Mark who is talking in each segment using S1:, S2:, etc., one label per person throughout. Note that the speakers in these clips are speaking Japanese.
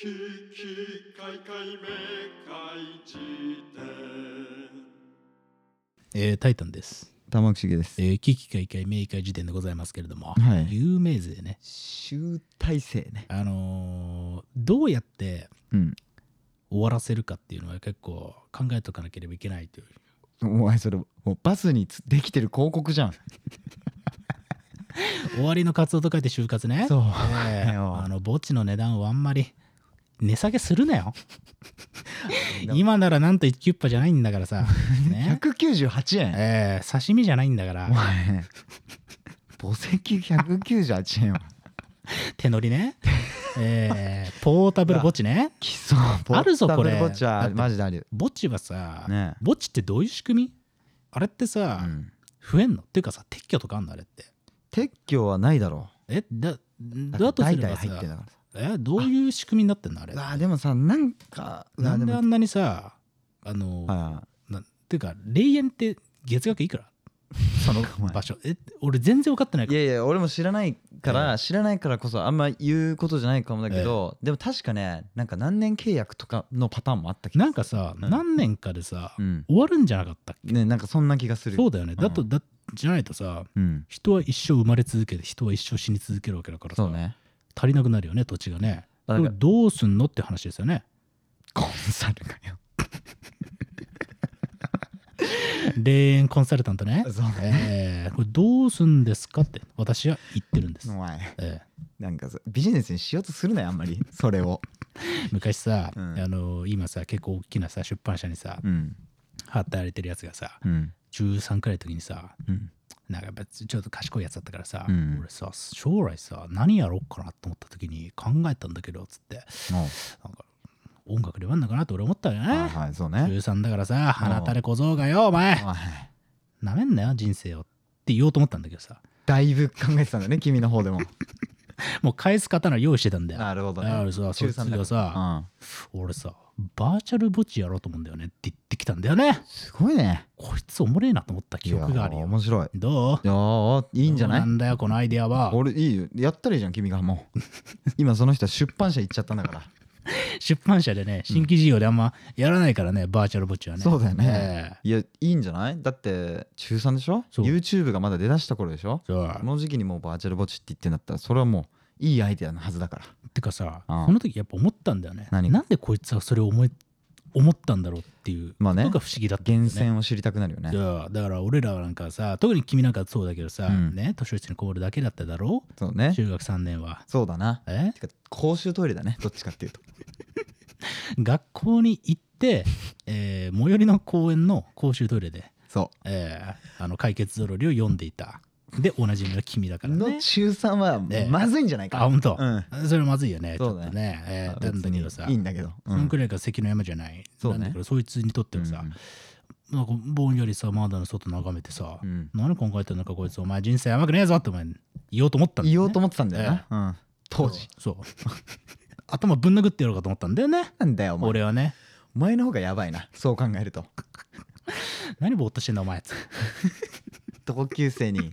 S1: ききかいかいめかいじ
S2: えータイタンです。
S3: 玉木茂です。
S2: えー、危機開会、明快時点でございますけれども、
S3: はい
S2: 有名税ね、
S3: 集大成ね。
S2: あのーどうやって
S3: うん。
S2: 終わらせるかっていうのは結構考えとかなければいけないという。
S3: お前それもうバスにつできてる広告じゃん。
S2: 終わりのカツオと書いて就活ね。
S3: そう
S2: えー
S3: だよ
S2: あの墓地の値段をあんまり値下げするなよ。 今ならなんと1キュッパじゃないんだからさ。ね
S3: 198円。
S2: えー刺身じゃないんだか
S3: お
S2: ら
S3: 前。墓石198円は。
S2: 手乗り ね、えーポータブル墓地ね
S3: きそう。
S2: あるぞこれ
S3: ポッタブル墓地
S2: だっ
S3: は
S2: て
S3: マジであるよ。
S2: 墓地はさ、
S3: ね
S2: 墓地ってどういう仕組みあれってさ、
S3: うん
S2: 増えんのっていうかさ撤去とかあんのあれって
S3: 撤去はないだろ
S2: えだ
S3: う。
S2: だとすれば
S3: 代々入ってん
S2: さ
S3: だか
S2: えどういう仕組みになってんのあれ
S3: らさ。あでもさなんかうわ
S2: なんで
S3: も
S2: あんなにさあの、
S3: はいはい
S2: なんていうか霊園って月額いくらその
S3: お前
S2: 場所え俺全然分かってないか
S3: い
S2: ら
S3: やいや俺も知らないから、知らないからこそあんま言うことじゃないかもだけど、でも確かねなんか何年契約とかのパターンもあった気が
S2: なんかさ、
S3: うん
S2: 何年かでさ、
S3: うん
S2: 終わるんじゃなかったっ
S3: ねなんかそんな気がす
S2: け
S3: る
S2: そうだよね、だと
S3: うん
S2: だじゃないとさ
S3: うん
S2: 人は一生生まれ続けて人は一生死に続けるわけだからさ、
S3: そうね
S2: 足りなくなるよね土地がね
S3: だから
S2: これどうすんのって話ですよね
S3: コンサルかよ
S2: 霊園コンサルタントね
S3: そうね
S2: えーこれどうすんですかって私は言ってるんで
S3: お
S2: す、
S3: 前
S2: え
S3: なんかさビジネスにしようとするなよあんまり それを
S2: ー昔さ、
S3: うん
S2: あの今さ結構大きなさ出版社にさ
S3: うん
S2: 働いてるやつがさ
S3: うん
S2: 13くらいの時にさ
S3: うん
S2: なんかやっぱちょっと賢いやつだったからさ、
S3: うん
S2: 俺さ将来さ何やろうかなと思った時に考えたんだけどつって
S3: おう
S2: なんか音楽で終わんのかなって俺思ったよ
S3: はい
S2: ね
S3: はいそうね
S2: 13だからさ花たれ小僧がよお前
S3: はい
S2: なめんなよ人生をって言おうと思ったんだけどさ
S3: だいぶ考えてたんだね君の方でも
S2: もう返す刀用意してたんだよ
S3: なるほどね
S2: あれさそいつ
S3: だ
S2: が
S3: か
S2: さ
S3: らうん
S2: 俺さバーチャル墓地やろうと思うんだよねって言ってきたんだよね
S3: すごいね
S2: こいつおもれえなと思った記憶がある
S3: いや
S2: よ
S3: 面白い
S2: どう
S3: いやーい
S2: い
S3: いんじゃない
S2: なんだよこのアイデアは
S3: 俺いいよやったらいいじゃん君がもう 今その人は出版社行っちゃったんだから
S2: 出版社でね新規事業であんまやらないからねバーチャル墓地はね
S3: そうだよね
S2: ええ
S3: いやいいんじゃないだって中3でしょ
S2: そう
S3: YouTube がまだ出だした頃でしょ
S2: そう
S3: この時期にもうバーチャル墓地って言ってんだったらそれはもういいアイデアのはずだから
S2: てかさ
S3: うん
S2: この時やっぱ思ったんだよね
S3: 何
S2: なんでこいつはそれを思い思ったんだろうっていう
S3: ま
S2: の
S3: あ
S2: が
S3: ね
S2: 不思議だったんだよ
S3: 源
S2: ね
S3: 泉を知りたくなるよね
S2: そうだから俺らはなんかさ特に君なんかそうだけどさ、
S3: うん
S2: ね図書室にこもるだけだっただろ
S3: そうね
S2: 中学3年は
S3: そうだな
S2: え
S3: てか公衆トイレだねどっちかっていうと
S2: 学校に行って、 えー最寄りの公園の公衆トイレで、
S3: そ
S2: えーあの解決ぞろりを読んでいたでおなじみの君だか
S3: う
S2: らね
S3: の中3は
S2: ね
S3: まずいんじゃない
S2: あ
S3: か
S2: 本当、
S3: うん
S2: それまずいよね
S3: そう
S2: ちょ
S3: だ
S2: っ
S3: ね
S2: とね、えーな
S3: 別
S2: んだけどさ
S3: にいいんだけど
S2: そのくらいが関の山じゃない、
S3: そうね
S2: なんだけどそいつにとってはさ、なんかぼんやりさ窓の外眺めてさ、
S3: うんうん
S2: 何考えてんのかこいつお前人生甘くねえぞってお前言おうと思ったんだよ、ね、
S3: 言おうと思ってたんだよなうん当時
S2: そう そう頭ぶん殴ってやろうかと思ったんだよね
S3: なんだよお前
S2: 俺はね
S3: お前の方がやばいなそう考えると
S2: 何ぼーっとしてんだお前っつって
S3: 同級生に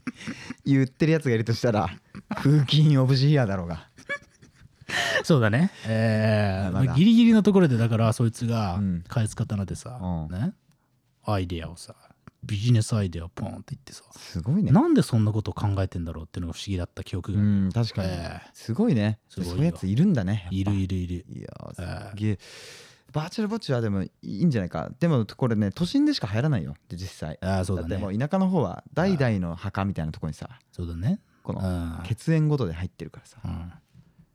S3: 言ってるやつがいるとしたら風紀委員オブジーヤーだろうが
S2: そうだねえーま
S3: あま
S2: あ
S3: だ
S2: ギリギリのところでだからそいつが
S3: うん
S2: 返す刀でさ、
S3: うん
S2: ねアイデアをさビジネスアイデアをポンって言ってさ、
S3: すごいね
S2: なんでそんなことを考えてんだろうっていうのが不思議だった記憶
S3: う
S2: が、
S3: ん確かに
S2: ええ
S3: すごいね
S2: すごいよ
S3: そういうやついるんだね
S2: いるいるいる
S3: いやー
S2: ええ
S3: すげえバーチャル墓地はでもいいんじゃないかでもこれね都心でしか入らないよで実際
S2: ああそうだ
S3: っても
S2: ね
S3: う田舎の方は代々の墓みたいなとこにさ
S2: そうだね
S3: こ
S2: う
S3: の
S2: ん
S3: 血縁ごとで入ってるからさ
S2: うん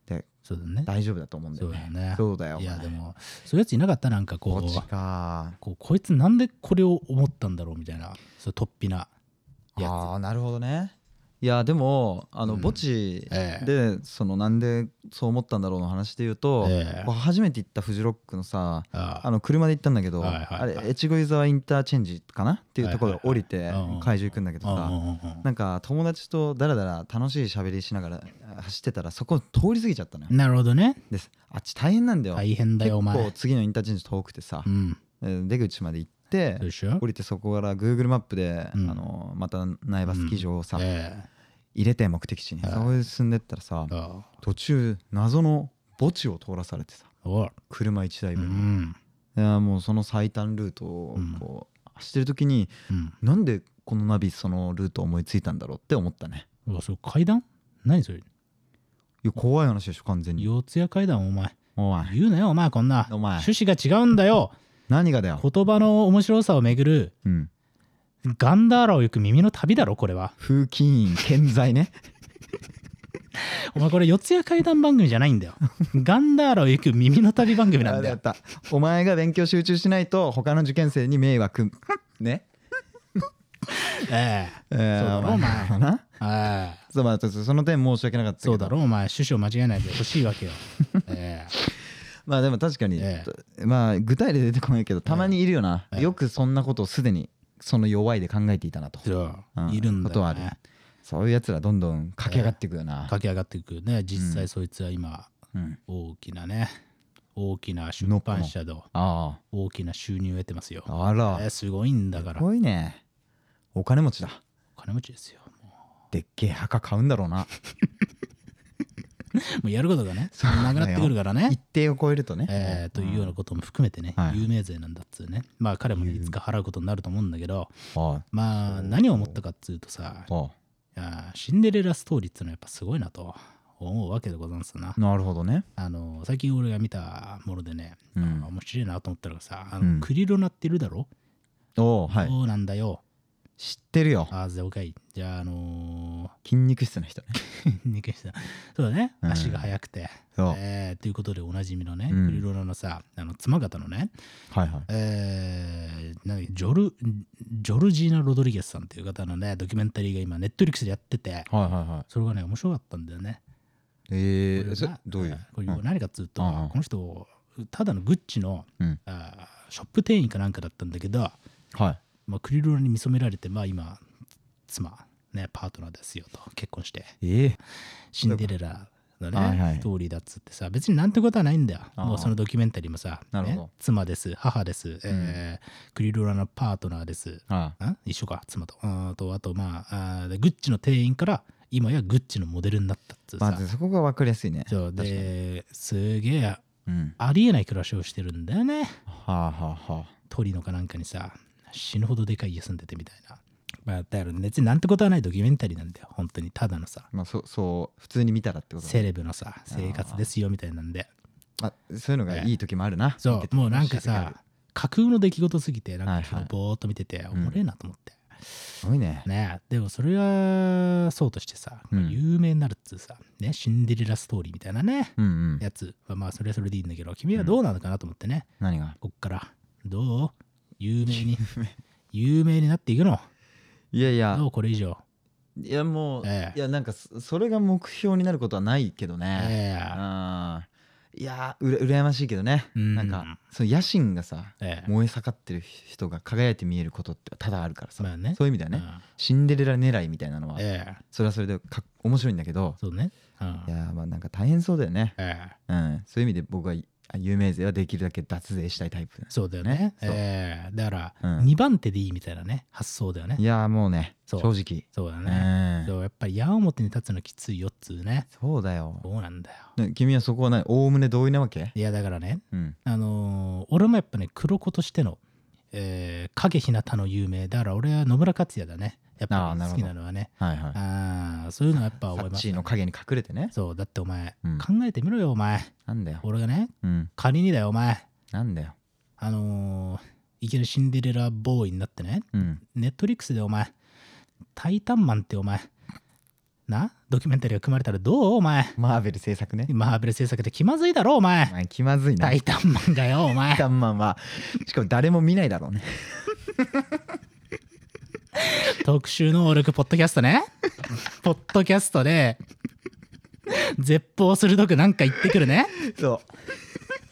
S3: で
S2: そうだね
S3: 大丈夫だと思うんだよ
S2: そうだよね
S3: ねそうだよ
S2: いや
S3: お前
S2: でもそういうやついなかったなんかこ
S3: 墓地
S2: う
S3: か
S2: こうこいつなんでこれを思ったんだろうみたいなそう突飛なやつ
S3: ああなるほどねいやでもあの
S2: うん
S3: 墓地
S2: ええ
S3: でそのなんでそう思ったんだろうの話で言うと
S2: ええ
S3: 僕初めて行ったフジロックのさ
S2: あ
S3: あの車で行ったんだけど
S2: はいはい
S3: あ
S2: はい
S3: れ越後湯沢インターチェンジかなっていうところで降り
S2: はい
S3: て
S2: はいはいうん
S3: 会場行くんだけど
S2: うんう
S3: さ
S2: んうんうん
S3: なんか友達とだらだら楽しい喋りしながらあ走ってたらそこ通り過ぎちゃったのよ
S2: なるほどね。
S3: ですあっち大変なんだよ
S2: 大変だよ、お
S3: 結構
S2: 前。
S3: 次のインターチェンジ遠くてさ
S2: うん。
S3: えー出口まで行って
S2: そうでしょ
S3: 降りてそこから Google マップであ
S2: うん
S3: のまた苗場スキー場をさ
S2: え
S3: 入れて目的地に
S2: はい
S3: そう進んでったらさ
S2: えあ
S3: 途中謎の墓地を通らされてさ
S2: おう
S3: 車1台
S2: う
S3: 分、
S2: ん
S3: いやもうその最短ルートを
S2: うん
S3: こう走ってる時に
S2: うん
S3: なんでこのナビそのルート思いついたんだろうって思ったね
S2: うわそれ階段何それ
S3: いや怖い話でしょ完全に
S2: 四ツ谷階段お前
S3: おい
S2: 言うなよお前こんな
S3: お前
S2: 趣旨が違うんだ よ
S3: 何がだよ、
S2: 言葉の面白さをめぐる
S3: うん、
S2: ガンダーラを行く耳の旅だろこれは
S3: 風紀委員健 在ね
S2: お前これ四谷怪談番組じゃないんだ よガンダーラを行く耳の旅番組なんだ
S3: や
S2: よ
S3: ったお前が勉強集中しないと他の受験生に 迷惑ね
S2: え
S3: えー
S2: そうだろ
S3: まあ
S2: お前
S3: まあな
S2: えああ
S3: そうまあその点申し訳なかったけど
S2: そうだろお前趣旨を間違えないでほしいわけよえ
S3: まあでも確 かに、
S2: え
S3: まあ具体で出てこないけどたまにいるよな、
S2: ええ
S3: よくそんなことをすでにその弱いで考えていたなと
S2: えそう
S3: うん
S2: いるんだ
S3: ことは
S2: よ
S3: ある
S2: ね
S3: そういうやつらどんどん駆け上がっていくよな、
S2: 駆け上がっていくね実
S3: う
S2: 際そいつは今
S3: うん、
S2: 大きなね大きな出
S3: ノッポの
S2: 版社の
S3: あ
S2: 大きな収入を得てますよ
S3: ああ
S2: え
S3: ら
S2: えすごいんだか
S3: す
S2: らお
S3: ごいねお金持ちだ
S2: 金持ちですよ
S3: でっけえ墓買うんだろうな
S2: もうやることがねなくなってくるからね
S3: 一定を超えるとね、
S2: えーというようなことも含めてね、
S3: はい
S2: 有名税なんだっつうねまあ彼もねいつか払うことになると思うんだけど
S3: あ
S2: まあ何を思ったかっつうとさ
S3: ああ
S2: あーシンデレラストーリーっつうのはやっぱすごいなと思うわけでございますな
S3: あなるほどね
S2: あの最近俺が見たものでね、
S3: うん
S2: あー面白いなと思ったのがさあの、
S3: うん
S2: クリロナっているだろ、
S3: おおはい
S2: そうなんだよ
S3: 知ってるよ
S2: ああ了解じゃああの
S3: 筋肉質な人ね
S2: ー、肉したそうだね
S3: うん
S2: 足が速くて、
S3: そう
S2: えーということでおなじみのね、
S3: うん
S2: クリロナのさあの妻方のね
S3: はいはい
S2: えーなんかジョルジョルジーナ・ロドリゲスさんっていう方のねドキュメンタリーが今ネットリックスでやってて
S3: はいはいはい
S2: それがね面白かったんだよね。
S3: え
S2: これ
S3: ー、そ
S2: な
S3: どういう
S2: これ何かっつうと、
S3: うんうん
S2: この人ただのグッチの、
S3: うん
S2: あーショップ店員かなんかだったんだけど、
S3: はい
S2: まあ、クリロナに見初められて、まあ、今妻、ね、パートナーですよと結婚して
S3: ええ
S2: シンデレラのね、
S3: はいはい
S2: ストーリーだっつってさ別になんてことはないんだよ
S3: あー
S2: もうそのドキュメンタリーもさ、
S3: なるほど
S2: ね妻です母です、えークリロナのパートナーです
S3: あ
S2: ん一緒か妻とうーんとあとまああーでグッチの店員から今やグッチのモデルになったっつう
S3: あ
S2: さ、
S3: まずそこが分かりやすいね
S2: そう
S3: 確かに
S2: ですげえ
S3: うん
S2: ありえない暮らしをしてるんだよね
S3: はあはあはあ
S2: 鳥のかなんかにさ死ぬほどでかい家住んでてみたいなまあだから別になんてことはないドキュメンタリーなんだよ本当にただのさ
S3: まあそそう普通に見たらってことだね
S2: セレブのさ生活ですよみたいなんで
S3: あそういうのがいい時もあるな見
S2: そ
S3: てて
S2: うもうなんか
S3: 楽しい時ある
S2: さ架空の出来事すぎて
S3: は
S2: ないん
S3: は
S2: か
S3: い
S2: ぼーっと見てておもれえなと思って、
S3: すごいね
S2: ねえでもそれはそうとしてさ、
S3: うん
S2: 有名になるっつうさ、ね、シンデレラストーリーみたいなね、
S3: うんうん
S2: やつはまあそれはそれでいいんだけど君はどうなのかなと思ってね、
S3: 何が
S2: こっからどう有名 に有名になっていくの
S3: いやいや
S2: どうこれ以上
S3: いやもう、
S2: ええ
S3: いやなんかそそれが目標になることはないけどね、
S2: ええ
S3: あーいやーうら羨ましいけどね、
S2: うん
S3: なんかその野心がさ
S2: ええ
S3: 燃え盛ってる人が輝いて見えることってただあるからさ、
S2: まあね
S3: そういう意味では
S2: う
S3: ね、
S2: ん
S3: シンデレラ狙いみたいなのは、
S2: ええ
S3: それはそれでかっ面白いんだけど
S2: そうね、うん
S3: いやーまあなんか大変そうだよね、
S2: ええ
S3: うん、そういう意味で僕はあ有名税はできるだけ脱税したいタイプなんです
S2: そうだよね
S3: ねそう
S2: ええだから、
S3: うん
S2: 2番手でいいみたいなね発想だよね
S3: いやーもうね
S2: そう
S3: 正
S2: そうだね、
S3: 直、うん、
S2: そうやっぱり矢面に立つのきついよっつうね
S3: そうだよ
S2: そうなんだよ
S3: ね君はそこはないおおむね同意なわけ
S2: いやだからね
S3: うん
S2: あのー俺もやっぱね黒子としての、えー、影ひなたの有名だから俺は野村克也だねやっぱ
S3: あー
S2: り
S3: な
S2: 好
S3: るほ
S2: き
S3: ど
S2: なのはね
S3: はいはい
S2: ああそういうのはやっぱ
S3: サ
S2: 思い
S3: ッ
S2: ます
S3: チーの影に隠れてね
S2: そうだってお前、
S3: うん
S2: 考えてみろよお前
S3: なんだよ
S2: 俺がね
S3: うん
S2: 仮にだよお前
S3: なんだよ
S2: あのーいきなりシンデレラボーイになってね
S3: うん
S2: ネットリックスでお前「タイタンマン」ってお前なドキュメンタリーが組まれたらどうお前
S3: マーベル制作 ね
S2: マーベル制作で気まずいだろお前
S3: まあ気まずいな
S2: タ
S3: タイ
S2: イタンマンがよお前
S3: タンマンはしかも誰も見ないだろうね
S2: 特殊能力ポッドキャストねポッドキャストで絶望鋭くなんか言ってくるね
S3: そ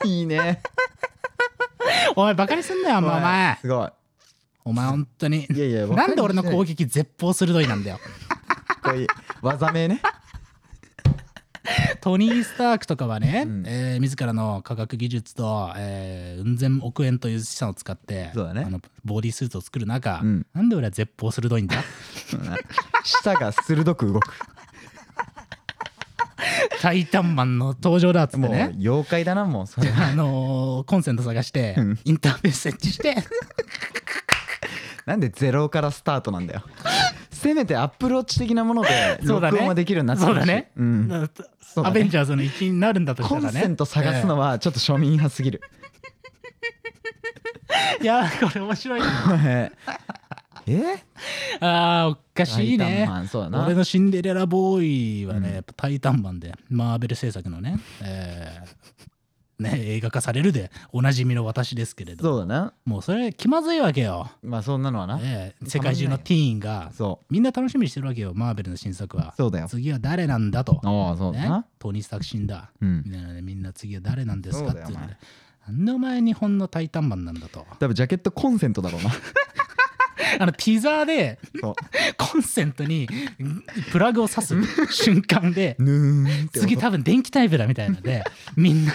S3: ういいね
S2: お前バカにすんなよお前お前
S3: すごい
S2: お前本当に
S3: いやいや
S2: なんで俺の攻
S3: 撃
S2: 撃絶望鋭いなんだよ
S3: こういう技名ね
S2: トニー・スタークとかはね、
S3: うん
S2: えー自らの科学技術と、えー、うん千億円という資産を使って
S3: そうだね
S2: あのボディスーツを作る中、
S3: うん
S2: なんで俺は絶望鋭いんだ
S3: 舌が鋭く動く
S2: タイタンマンの登場だっつって
S3: もう
S2: ね。
S3: 妖怪だなもうそれ
S2: あのーコンセント探して
S3: うん、
S2: インターフェース設置 して、
S3: なんでゼロからスタートなんだよせめてアップローチ的なもので
S2: そう
S3: 録
S2: だね
S3: 音はできるようになって
S2: そう
S3: ほしい
S2: だね。
S3: うん
S2: だ
S3: そうだね
S2: アベンジャーズの一員になるんだとした
S3: コ
S2: らね。
S3: ンセント探すの
S2: は。
S3: はちょっと庶民派すぎる
S2: いや、これ面白い。あ
S3: え
S2: あ、おかしい
S3: タイタン
S2: ね。
S3: マンそうだな
S2: 俺のシンデレラボーイは
S3: うん
S2: ね、やっぱタイタンマンで、マーベル制作のね、えーね、映画化されるで、おなじみの私ですけれど、
S3: そうだな
S2: もうそれ気まずいわけよ。
S3: まあそんなのはな、
S2: ええ世界中のティーンが、
S3: そ
S2: みんな楽しみにしてるわけよ、マーベルの新作は
S3: う。そうだよ
S2: 次は誰なんだと。
S3: ああそうだな、
S2: ね、トニー・スタク死んだ。
S3: うん
S2: みたいなね、みんな次は誰なんですか
S3: そ
S2: って
S3: うだ
S2: い
S3: よ
S2: うので。なんでお前日本のタイタンマンなんだと。
S3: 多分ジャケットコンセントだろう な
S2: あのティザーで
S3: そ
S2: コンセントにプラグを刺す瞬間で
S3: うぬーんって音
S2: 次多分電気タイプだみたいなの でみんな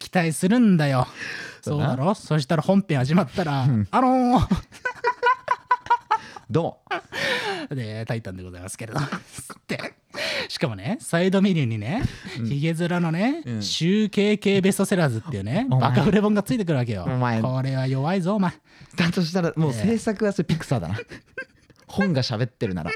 S2: 期待するんだよ
S3: そ
S2: そうう
S3: だな
S2: だろそしたら本編始まったら
S3: うん
S2: 「あの
S3: どうも
S2: ー」で「タイタンでございますけれど」つってしかもねサイドメニューにねヒゲ面のね
S3: うん
S2: 集計系ベストセラーズっていうね
S3: お前
S2: バカ売れ本がついてくるわけよ
S3: お前
S2: これは弱いぞお前
S3: だとしたらもう制作はそれピクサーだな本が喋ってるなら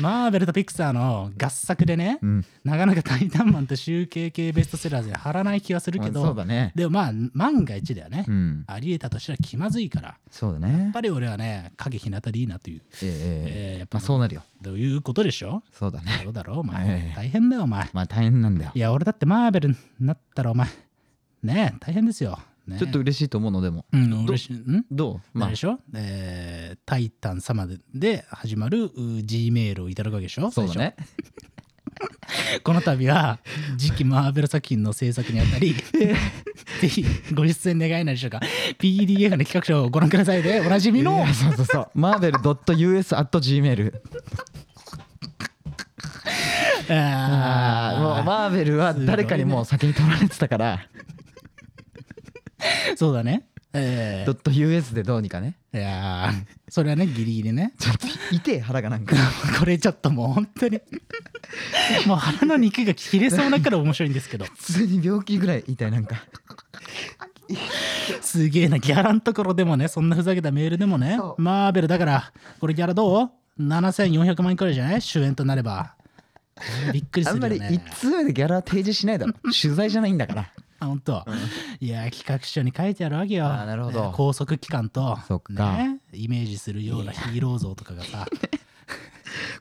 S2: マーベルとピクサーの合作でね
S3: うん
S2: なかなか「タイタンマン」と集計系ベストセラーズに貼らない気はするけ
S3: まあそ
S2: ど
S3: うだね
S2: でもまあ万が一だよね、
S3: うん
S2: ありえたとしたら気まずいからや
S3: そうだね
S2: っぱり俺はね影日向でいいなという、
S3: えええ
S2: え
S3: え
S2: ーやっぱ
S3: まあそうなるよ
S2: ということでしょ
S3: そうだね
S2: そうだろうお
S3: はい
S2: 前大変だよお前
S3: まあ大変なんだよ
S2: いや俺だってマーベルになったらお前ねえ大変ですよ、ねえ、
S3: ちょっと嬉しいと思うのでも
S2: うん嬉しいん
S3: どう
S2: ま
S3: ま
S2: あ、
S3: あ
S2: でしょ、えー、タイタン様でで始まるうー G メールをいただくわけでしょ
S3: そうだね
S2: この度は次期マーベル作品の制作にあ たり、ぜひご出演願えないでしょうか。PDF の企画書をご覧くださいで、おなじみの
S3: いやそうそ う そうマーベル .us.gmail ああもう
S2: あ
S3: マーベルは誰かにもう先に取られてた から
S2: ーそうだね。え
S3: .us でどうにかね
S2: ー、いやーそれはね、ギリギリね。
S3: ちょっと痛え腹がなんか
S2: これちょっともう本当 に、もう腹の肉が切れそうなから面白いんですけど、
S3: 普通に病気ぐらい痛いなんか
S2: すげえな、ギャラのところでもね、そんなふざけたメールでもね
S3: そ、う
S2: マーベルだから、これギャラどう ?7400 万くらいじゃない主演となれ ば。これびっくりす
S3: あ
S2: る
S3: んま
S2: よ、ね、
S3: り一通目でギャラは提示し ないだろ取材じゃないんだから
S2: あ本当、いや企画書に書いてあるわけよ
S3: あーなるほど
S2: ね拘束期間と
S3: そっか
S2: ね、イメージするようなヒーロー像とかがさ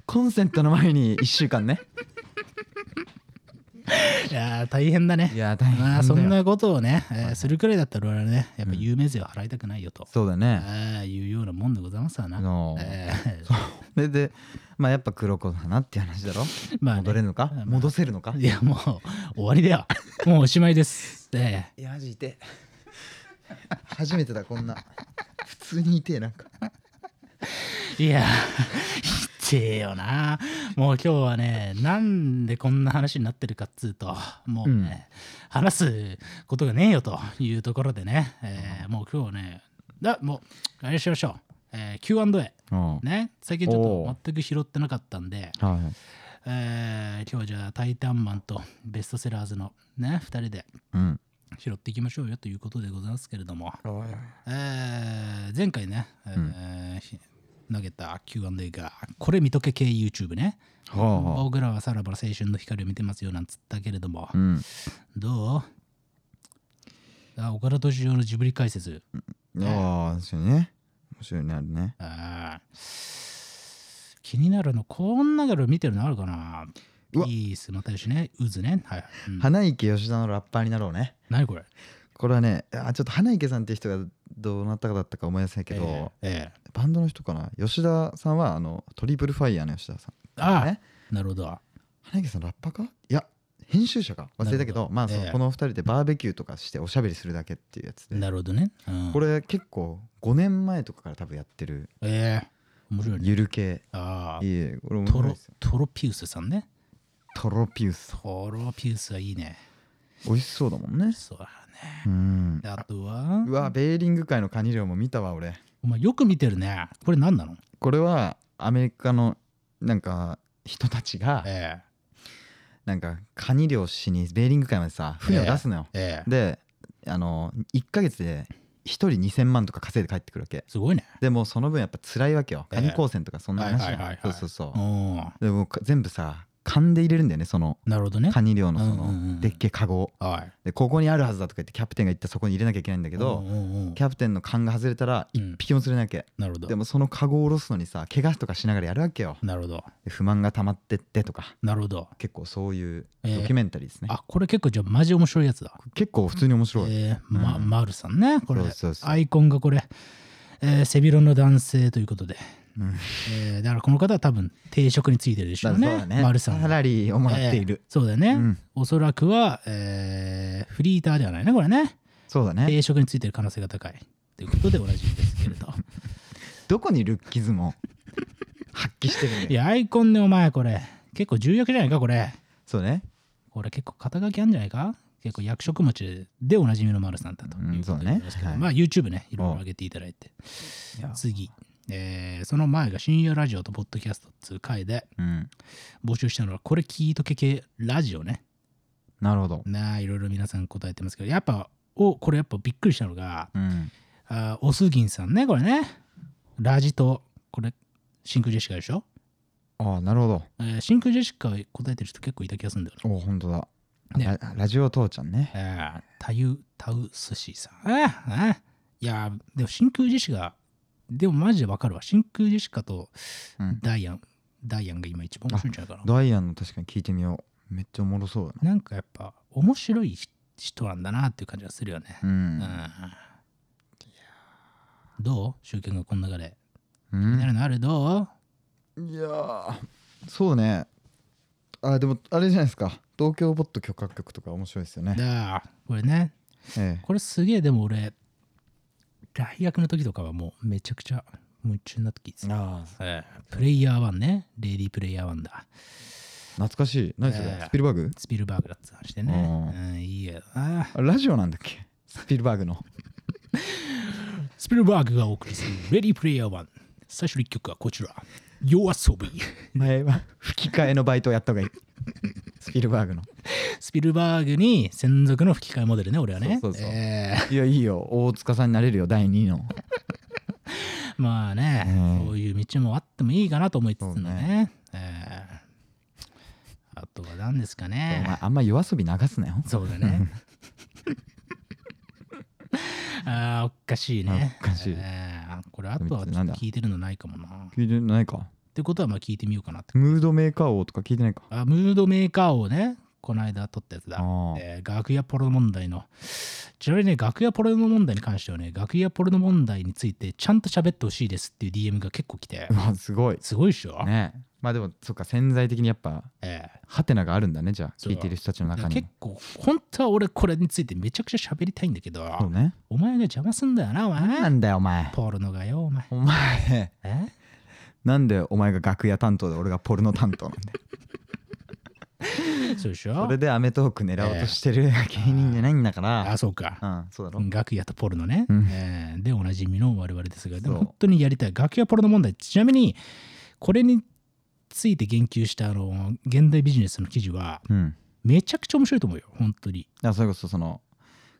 S3: コンセントの前に1週間ね
S2: いやー大変だね
S3: いや大変だよ
S2: まあそんなことをね、えーするくらいだったら俺はねやっぱ有名税を払いたくないよと、
S3: そうだね
S2: ああいうようなもんでございますわな、
S3: の
S2: え
S3: それでまあやっぱ黒子だなって話だろ
S2: ーまあね、
S3: 戻れるのか
S2: まあ
S3: 戻せるのか
S2: いやもう終わりだよもうおしまいです、え
S3: いやマジ痛え初めてだこんな普通に痛えなんか
S2: ーいや ひてえよなもう今日はねなんでこんな話になってるかっつうともうね、話すことがねえよというところでね、えーもう今日はねだもうあれしましょう、えー Q&A
S3: は
S2: ね最近ちょっ
S3: お
S2: と
S3: う
S2: 全く拾ってなかったんで、
S3: い
S2: えー今日じゃあ「タイタンマン」とベストセラーズのね2人で
S3: うん
S2: 拾っていきましょうよということでございますけれども、えー前回ね、えーひ投げた Q&A がこれ見とけ系 YouTube ね、
S3: はあはあ
S2: 僕らはさらばの青春の光を見てますよなんつったけれども、
S3: うん
S2: どうあ岡田斗司夫のジブリ解説、
S3: ああですよね面白いねあれね
S2: あー気になるのこんなから見てるのあるかな
S3: う
S2: ピ
S3: わ
S2: ースの大使ねうずねはい、うん
S3: 花池吉田のラッパーになろうね
S2: 何これ
S3: これはねあちょっと花池さんって人がどうなったかだったか思い出せないけど、
S2: ええ
S3: バンドの人かな吉田さんはあのトリプルファイヤーの吉田さん
S2: ああ
S3: ね
S2: なるほど
S3: 花池さんラッパーかいや編集者か忘れ
S2: な
S3: たけ
S2: る
S3: ど
S2: ほど
S3: まあその、
S2: ええ
S3: この2人でバーベキューとかしておしゃべりするだけっていうやつで、
S2: なるほどね、うん
S3: これ結構5年前とかから多分やってる
S2: ええ面白いね
S3: ゆる系
S2: ああ
S3: いえいえこれ面
S2: ト
S3: 白い
S2: ロ
S3: ですよ
S2: トロピウスさんね
S3: トロピウス
S2: トロピウスはいいね
S3: 美味しそうだもんね
S2: そうだね
S3: うん
S2: あとは
S3: うわベーリング界のカニ漁も見たわ俺
S2: お前よく見てるねこれ何なの
S3: これはアメリカのなんか人たちが
S2: え
S3: なんかカニ漁しにベーリング海までさ船を出すのよ、
S2: ええ
S3: であの1ヶ月で1人2000万とか稼いで帰ってくるわけ
S2: すごいね。
S3: でもうその分やっぱ辛いわけよ
S2: ええ
S3: カニ光線とかそんな話
S2: は
S3: じゃん
S2: いはいはいは
S3: そ
S2: いう
S3: そうそう
S2: う、ん。
S3: でもうか全部さ勘で入れるんだよねその
S2: なるほどね
S3: カ。ニ漁のそ
S2: うんうんうん
S3: のでっけえカゴを
S2: はい。
S3: でここにあるはずだとか言ってキャプテンが言ったそこに入れなきゃいけないんだけ
S2: う
S3: ど
S2: んうんうん
S3: キャプテンの勘が外れたら
S2: う
S3: 一
S2: ん
S3: 匹も釣れなきゃ
S2: なるほど
S3: で。もそのカゴを下ろすのにさ怪我とかしながらやるわけよ
S2: なるほど。
S3: で不満が溜まってってとか
S2: なるほど。
S3: 結構そういう
S2: ええ
S3: ドキュメンタリーですね、
S2: あ、これ結構じゃあマジ面白いやつだ。
S3: 結構普通に面白い、
S2: えーま、
S3: うん
S2: マルさんね、これ
S3: そうそうそう
S2: アイコンがこれ、えー背広の男性ということで、
S3: うん
S2: えーだからこの方は多分定職についてるでしょう
S3: だから
S2: ね
S3: そうだね
S2: マルさん
S3: サ
S2: は
S3: ラリーをもらっている
S2: え、ーそうだよね、
S3: うん
S2: おそらくは、えーフリーターではないねこれね
S3: そうだね
S2: 定職についてる可能性が高いということでおなじみですけれど
S3: どこにルッキズムを 発揮してるんだよ
S2: いやアイコンねお前これ結構重役じゃないかこれ
S3: そうね
S2: これ結構肩書きあるんじゃないか結構役職持ちででおなじみの丸さんだと
S3: うん
S2: いうこと
S3: そうね
S2: なんですけど、
S3: はい
S2: まあ YouTube ねいろいろ上げていただいて
S3: いや
S2: 次、えーその前が深夜ラジオとポッドキャストっつう回で
S3: うん
S2: 募集したのはこれ聞いとけ系ラジオね
S3: なるほど
S2: なあいろいろ皆さん答えてますけどやっぱおこれやっぱびっくりしたのが
S3: うん
S2: あーおすぎんさんねこれねラジとこれ真空ジェシカでしょ、
S3: ああなるほど
S2: えー真空ジェシカ答えてる人結構いた気がするんだよね
S3: おお本当だ、
S2: ね
S3: ララジオ父ちゃんね
S2: ああ、たゆ、たうすしさん。ああああ、いやー、でも真空ジェシカ、でもマジでわかるわ。真空ジェシカと
S3: うん
S2: ダイアン、ダイアンが今一番面白いんじゃないかな。
S3: ダイアンの確かに聞いてみようめっちゃおもろそうだな
S2: なんかやっぱ面白い人なんだなっていう感じがするよね。
S3: うん
S2: うん。どう集権がこの流れ。
S3: う
S2: 気に
S3: ん
S2: なるのあるどう
S3: いやーそうねあでもあれじゃないですか東京ボット許可局とか面白いですよね、
S2: だあ、これね、
S3: ええ、
S2: これすげえでも俺、大学の時とかはもうめちゃくちゃ夢中になって聞いてた。
S3: あ
S2: ええプレイヤー1ね、レディープレイヤー1だ。
S3: 懐かしい何それ、
S2: ええ
S3: スピルバーグ
S2: スピルバーグだって話してね。
S3: う
S2: うん、いいやな。
S3: あラジオなんだっけスピルバーグの
S2: スピルバーグがお送りするレディープレイヤー1。最初の一曲はこちら。夜遊 び。
S3: 前は吹き替えのバイトをやった方がいいスピルバーグの
S2: スピルバーグに専属の吹き替えモデルね、俺はね。
S3: そうそうそう
S2: え
S3: いやいいよ大塚さんになれるよ第2の
S2: ーまあね、
S3: うん
S2: そういう道もあってもいいかなと思いつつの
S3: そう
S2: ね。えーあとは何ですか
S3: お前
S2: ね。
S3: あんま夜遊び流すなよ
S2: そうだね。 あーおかしいね。
S3: おかしい
S2: えーこれ、あとは
S3: なんだ
S2: 聞いてるのないかもな。っ
S3: 聞いてないか
S2: てことは、まあ聞いてみようかなって
S3: ムードメーカー王とか聞いてないか
S2: あムードメーカーをね、この間撮ったやつだ
S3: あ。ー
S2: えー楽屋ポロ問題の。ちなみにね、楽屋ポロの問題に関してはね、楽屋ポロの問題についてちゃんと喋ってほしいですっていう DM が結構来て
S3: う、わすごい
S2: すごいっしょ。
S3: ねまあでもそっか潜在的にやっぱ
S2: え
S3: ハテナがあるんだねじゃあ
S2: そう
S3: 聞いてる人たちの
S2: ー
S3: 中に
S2: 結構、本当は俺これについてめちゃくちゃ喋りたいんだけど、
S3: そうね
S2: お前が邪魔すんだよな、お
S3: な
S2: 前。
S3: んだよお前
S2: ポルノがよ、お前。
S3: お前
S2: え
S3: なんでお前が楽屋担当で俺がポルノ担当な んだよ
S2: そうでし
S3: そ
S2: ょ
S3: れでアメトーーク狙おうとしてる芸人じゃないんだから
S2: あ、そうか。
S3: うんそうだろ
S2: 楽屋とポルノね、
S3: うん
S2: えーでおなじみの我々ですがでも
S3: そう
S2: 本当にやりたい楽屋ポルノ問題ちなみにこれについて言及したあの現代ビジネスの記事は
S3: うん
S2: めちゃくちゃ面白いと思うよ本当に
S3: あそれこそその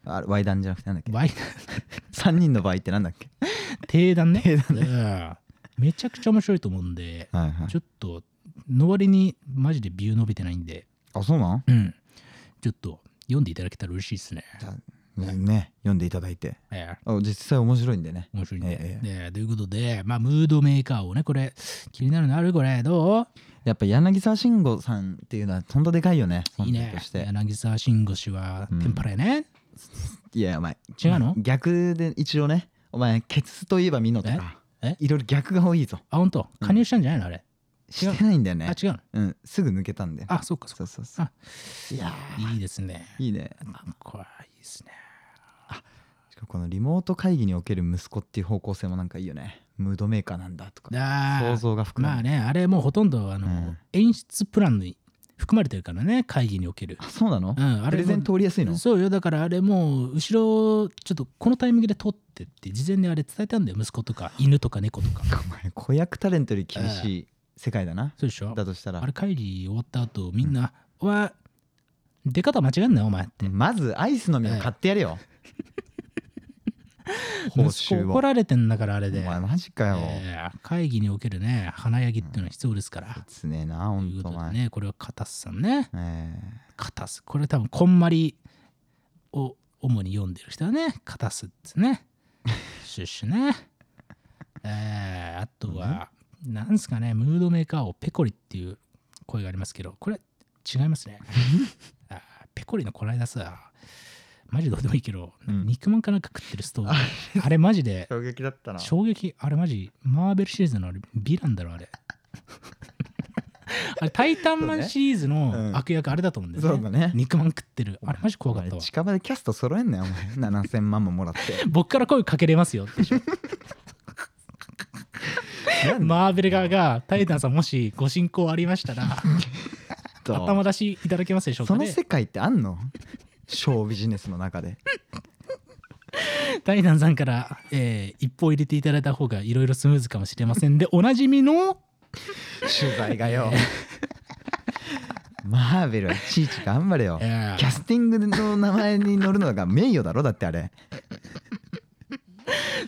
S3: あワイダンじゃなくてなんだっけ
S2: ワイ
S3: 3人の場合ってなんだっけ
S2: 定談ね
S3: 定
S2: うんめちゃくちゃ面白いと思うんで
S3: はいはい
S2: ちょっとの割にマジでビュー伸びてないんで
S3: あそうなん
S2: うんちょっと読んでいただけたら嬉しいですね、
S3: ね読んでいただいて
S2: えー
S3: あ実際面白いんでね
S2: 面白いんで,、
S3: え
S2: でということで、まあ、ムードメーカーをねこれ気になるのあるこれどう
S3: やっぱ柳沢慎吾さんっていうのはほんとでかいよね
S2: いい
S3: 存
S2: ね
S3: 在と。して
S2: 柳沢慎吾氏は
S3: うん
S2: 天ぷらやね。
S3: いやお前
S2: 違うの
S3: 逆で一応ねお前ケツといえばミノとか
S2: ええ
S3: いろいろ逆が多いぞ
S2: あ、ほんと加入したんじゃないのあれ。違う
S3: してないんだよ
S2: あ
S3: ね、
S2: 違うの
S3: うん、すぐ抜けたんだよ
S2: あ、そうかそう
S3: そ
S2: か。
S3: うそうそういや
S2: いいですね。
S3: ーいいね
S2: これはいいですね。
S3: しかもこのリモート会議における息子っていう方向性もなんかいいよねムードメーカーなんだとか
S2: あー
S3: 想像が膨ら
S2: まあ
S3: む、
S2: ね、あれもうほとんどあの、
S3: うん
S2: 演出プランに含まれてるからね、会議における
S3: あ。そうなの、
S2: うん、あ
S3: プ
S2: れ
S3: レゼン通りやすいの
S2: そうよ、だからあれもう後ろ、ちょっとこのタイミングで撮ってって、事前にあれ伝えたんだよ、息子とか犬とか猫とか。
S3: お前子役タレントより厳しい世界だな、
S2: そうでしょ
S3: だとしたら
S2: あれ会議終わった後みんなは出方間違えんなよお前って
S3: まずアイスの実を買ってやれよ、 報酬
S2: 息子
S3: を
S2: 怒られてんだからあれ
S3: お
S2: で、
S3: 前マジかよ、
S2: えー会議におけるね華やぎっていうのは必要ですから、
S3: つねえなほ
S2: とい
S3: ん
S2: うこ
S3: とお
S2: とで
S3: 前、
S2: ねこれはカタスさんね
S3: え
S2: カタスこれ多分こんまりを主に読んでる人はねカタスですね シュッシュねえーあとはなんですかねムードメーカーをペコリっていう声がありますけどこれ違い ますねあーペコリのこないださマジどうでもいいけど、
S3: うん
S2: 肉まんかなんか食ってるストーリーあれマジで
S3: え衝撃だったな
S2: 衝撃あれマジマーベルシリーズのあれヴィランだろあ れあれタイタンマンシリーズ
S3: そうねう
S2: の
S3: ん
S2: 悪役あれだと思うんだよね,、
S3: そうだね
S2: 肉まん食ってるあれマジ怖かった
S3: お前
S2: わ
S3: 近場でキャスト揃えんなよお前7000万もも らって
S2: 僕から声かけれますよって
S3: なん
S2: マーベル側がタイタンさんもしご進行ありましたら
S3: と
S2: 頭出しいただけますでしょう
S3: そ
S2: か
S3: の
S2: ね
S3: 世界ってあんのショービジネスの中で
S2: タイタンさんから、えー一報入れていただいた方がいろいろスムーズかもしれませんでおなじみの
S3: 取材がよマーベルはいちいち頑張れよ
S2: いや
S3: キャスティングの名前に乗るのが名誉だろだってあれ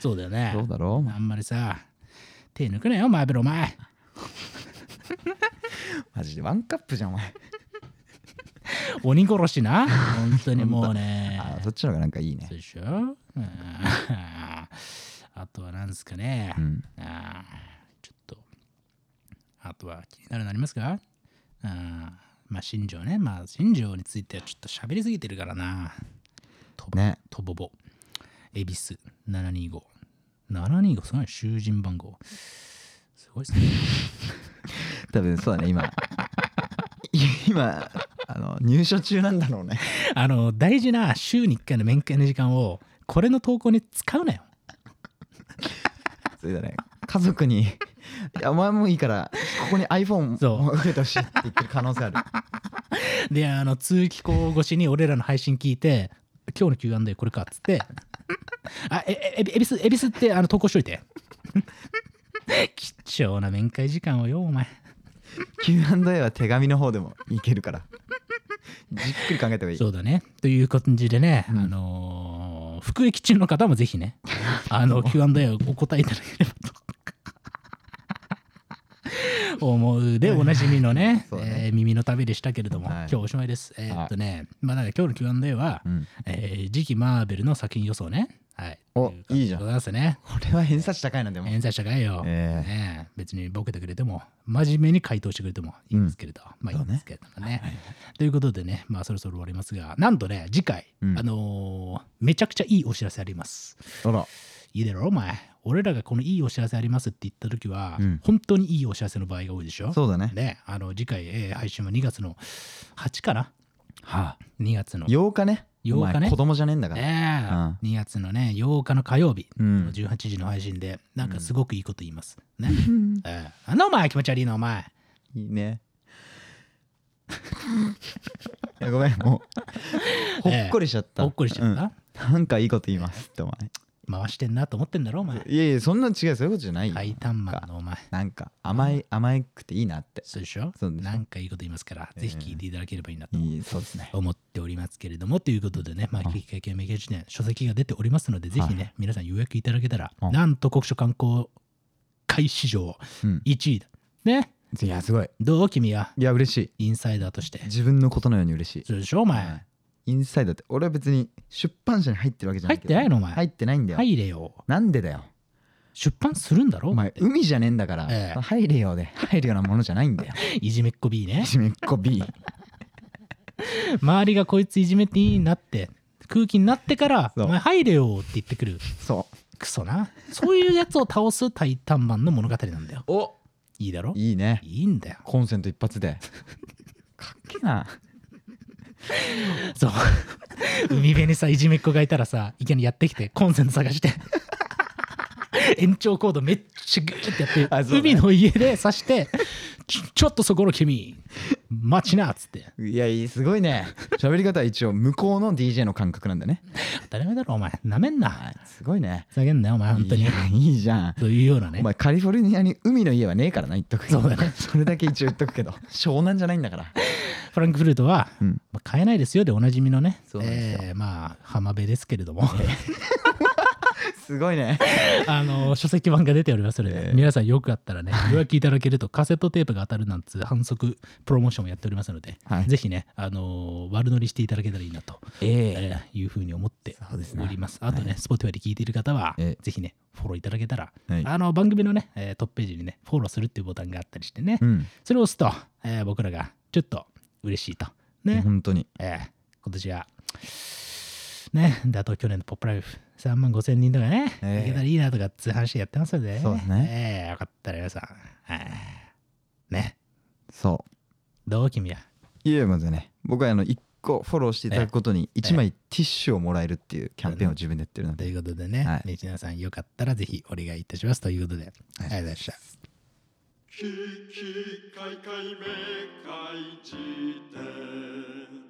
S2: そうだよね
S3: どうだろうお前
S2: あんまりさ手抜くなよマーベルお前
S3: マジでワンカップじゃんお前
S2: 鬼殺しな本当にもう ね
S3: あーそっちの方がなんかいいね
S2: そうでしょうんあとは何ですかね、
S3: うん
S2: あーちょっとあとは気になるのありますかあーまあ新庄ねまあ新庄についてはちょっと喋りすぎてるからなとぼ
S3: ね
S2: とぼぼ恵比寿725 725すごいね囚人番号すごいですね
S3: 多分そうだね今 今あの入所中なんだろうね
S2: あの大事な週に1回の面会の時間をこれの投稿に使うなよ
S3: それだね家族にいや「お前もういいからここに iPhone
S2: そう
S3: もう受けてほしい」って言ってる可能性ある
S2: であの通気口越しに俺らの配信聞いて今日の Q&A これかっつってあえええびすえびすってあの投稿しといて貴重な面会時間をよお前
S3: Q&A は手紙の方でもいけるからじっくり考えた方がいい
S2: そうだねという感じでね、
S3: うん
S2: あのー服役中の方もぜひねあの Q&A をお答えいただければと思うでおなじみのね
S3: そうだね
S2: えー耳の旅でしたけれども、
S3: は
S2: 今
S3: い
S2: 日おしまいです、えーっとねまあだから今日の Q&A は、
S3: うん
S2: えー次期マーベルの作品予想ね。はい。
S3: お
S2: とう
S3: いいじゃん
S2: ございますね。
S3: これは偏差値高いなでも
S2: 返済したかいよ。
S3: ええ
S2: ねえ別にボケてくれても、真面目に回答してくれてもいいんですけれど、まあいいんですけれどもね。ということでね、まあそろそろ終わりますが、なんとね、次回、
S3: うん
S2: あのーめちゃくちゃいいお知らせあります。
S3: あら
S2: いいだろ、お前。俺らがこのいいお知らせありますって言った時は、
S3: うん
S2: 本当にいいお知らせの場合が多いでしょ。
S3: そうだね
S2: ね、あの次回、えー配信は2月の8かな
S3: はあ
S2: ?2 月の
S3: 8日ね
S2: 8日ね
S3: お前子供じゃねえんだから
S2: ねえ、2月のね8日の火曜日、
S3: うん
S2: 18時の配信でなんかすごくいいこと言います、 ね、ええなんだお前気持ち悪いなお前
S3: いいね いやごめんもう ほ
S2: ええ
S3: っこりしちゃった
S2: ほっこりしちゃった、
S3: うんなんかいいこと言いますってお前
S2: 回してんなと思ってんだろお前
S3: いやいやそんな違うそういうことじゃないよ
S2: ハイタンマンのお前
S3: なんか甘い甘いくていいなって
S2: そうでしょ
S3: そうです
S2: なんかいいこと言いますから、
S3: え
S2: ぜひ聞いていただければいいなと
S3: いいそうですね
S2: 思っておりますけれどもということでね、まあ、
S3: うん
S2: きっかけ名言辞典書籍が出ておりますのでぜひね、皆さん予約いただけたら、
S3: うん
S2: なんと国書観光会史上
S3: うん
S2: 1位だね
S3: いやすごい
S2: どう君はい
S3: や嬉しい
S2: インサイダーとして
S3: 自分のことのように嬉しい
S2: そうでしょお前、
S3: はいインサイダーって俺は別に出版社に入ってるわけじゃないけど
S2: 入ってないのお前
S3: 入ってないんだよ、
S2: 入れよ
S3: なんでだよ
S2: 出版するんだろ
S3: お前海じゃねえんだから、
S2: ええ
S3: 入れようで入るようなものじゃないんだよ
S2: いじめっこ B ね
S3: いじめっこ B
S2: 周りがこいついじめていいなって空気になってから「
S3: そう
S2: お前入れよ」って言ってくる
S3: そ
S2: クソなそういうやつを倒すタイタンマンの物語なんだよ
S3: うお
S2: いいだろい
S3: いいね
S2: いんだよ
S3: コンセント一発 でかっけえな
S2: そう 海辺にさいじめっ子がいたらさいきなりやってきてコンセント探して 延長コードめっちゃグーってやって、
S3: あそうだね
S2: 海の家で刺してちょちょっとそこの君待ちなっつって
S3: いやいいすごいね喋り方は一応向こうの DJ の感覚なんだね
S2: 当たり前だろお前なめんな
S3: すごいね
S2: ふざけんなよお前本当
S3: い
S2: に
S3: やいいじゃん
S2: というようなね
S3: お前カリフォルニアに海の家はねえからな言っとくけど
S2: そうだね
S3: それだけ一応言っとくけど湘南じゃないんだから
S2: フランクフルトは、
S3: うん
S2: まあ、買えないですよでおなじみのね
S3: そうなんですよ
S2: えーまあ浜辺ですけれども
S3: すごいね
S2: あの書籍版が出ておりますので、
S3: ええ
S2: 皆さんよかったらね予約いただけるとカセットテープが当たるなんつう反則プロモーションをやっておりますので、
S3: はい
S2: ぜひね、あのー悪乗りしていただけたらいいなと、えーいうふうに思って
S3: そうですね
S2: おりますあとね、Spotify で聞いている方は、
S3: ええ
S2: ぜひねフォローいただけたら、
S3: はい
S2: あの番組のね、えートップページにねフォローするっていうボタンがあったりしてね、
S3: うん
S2: それを押すと、えー僕らがちょっと嬉しいとね、
S3: 本当に
S2: ええ今年は、ね、だと去年のポップライフ3万5千人とかね、
S3: ええ
S2: いけたらいいなとかっつう話やってますので、
S3: そうですね。
S2: ええよかったら皆さん、はいね、
S3: そ
S2: どう君は。
S3: ういやまずね僕はあの1個フォローしていただくことに1枚ティッシュをもらえるっていうキャンペーンを自分でやってるの
S2: と
S3: で
S2: いうことでね、
S3: はい
S2: リチナさんよかったらぜひお願いいたしますということで、ありがとうございました。
S1: ききかいかいめかいじ典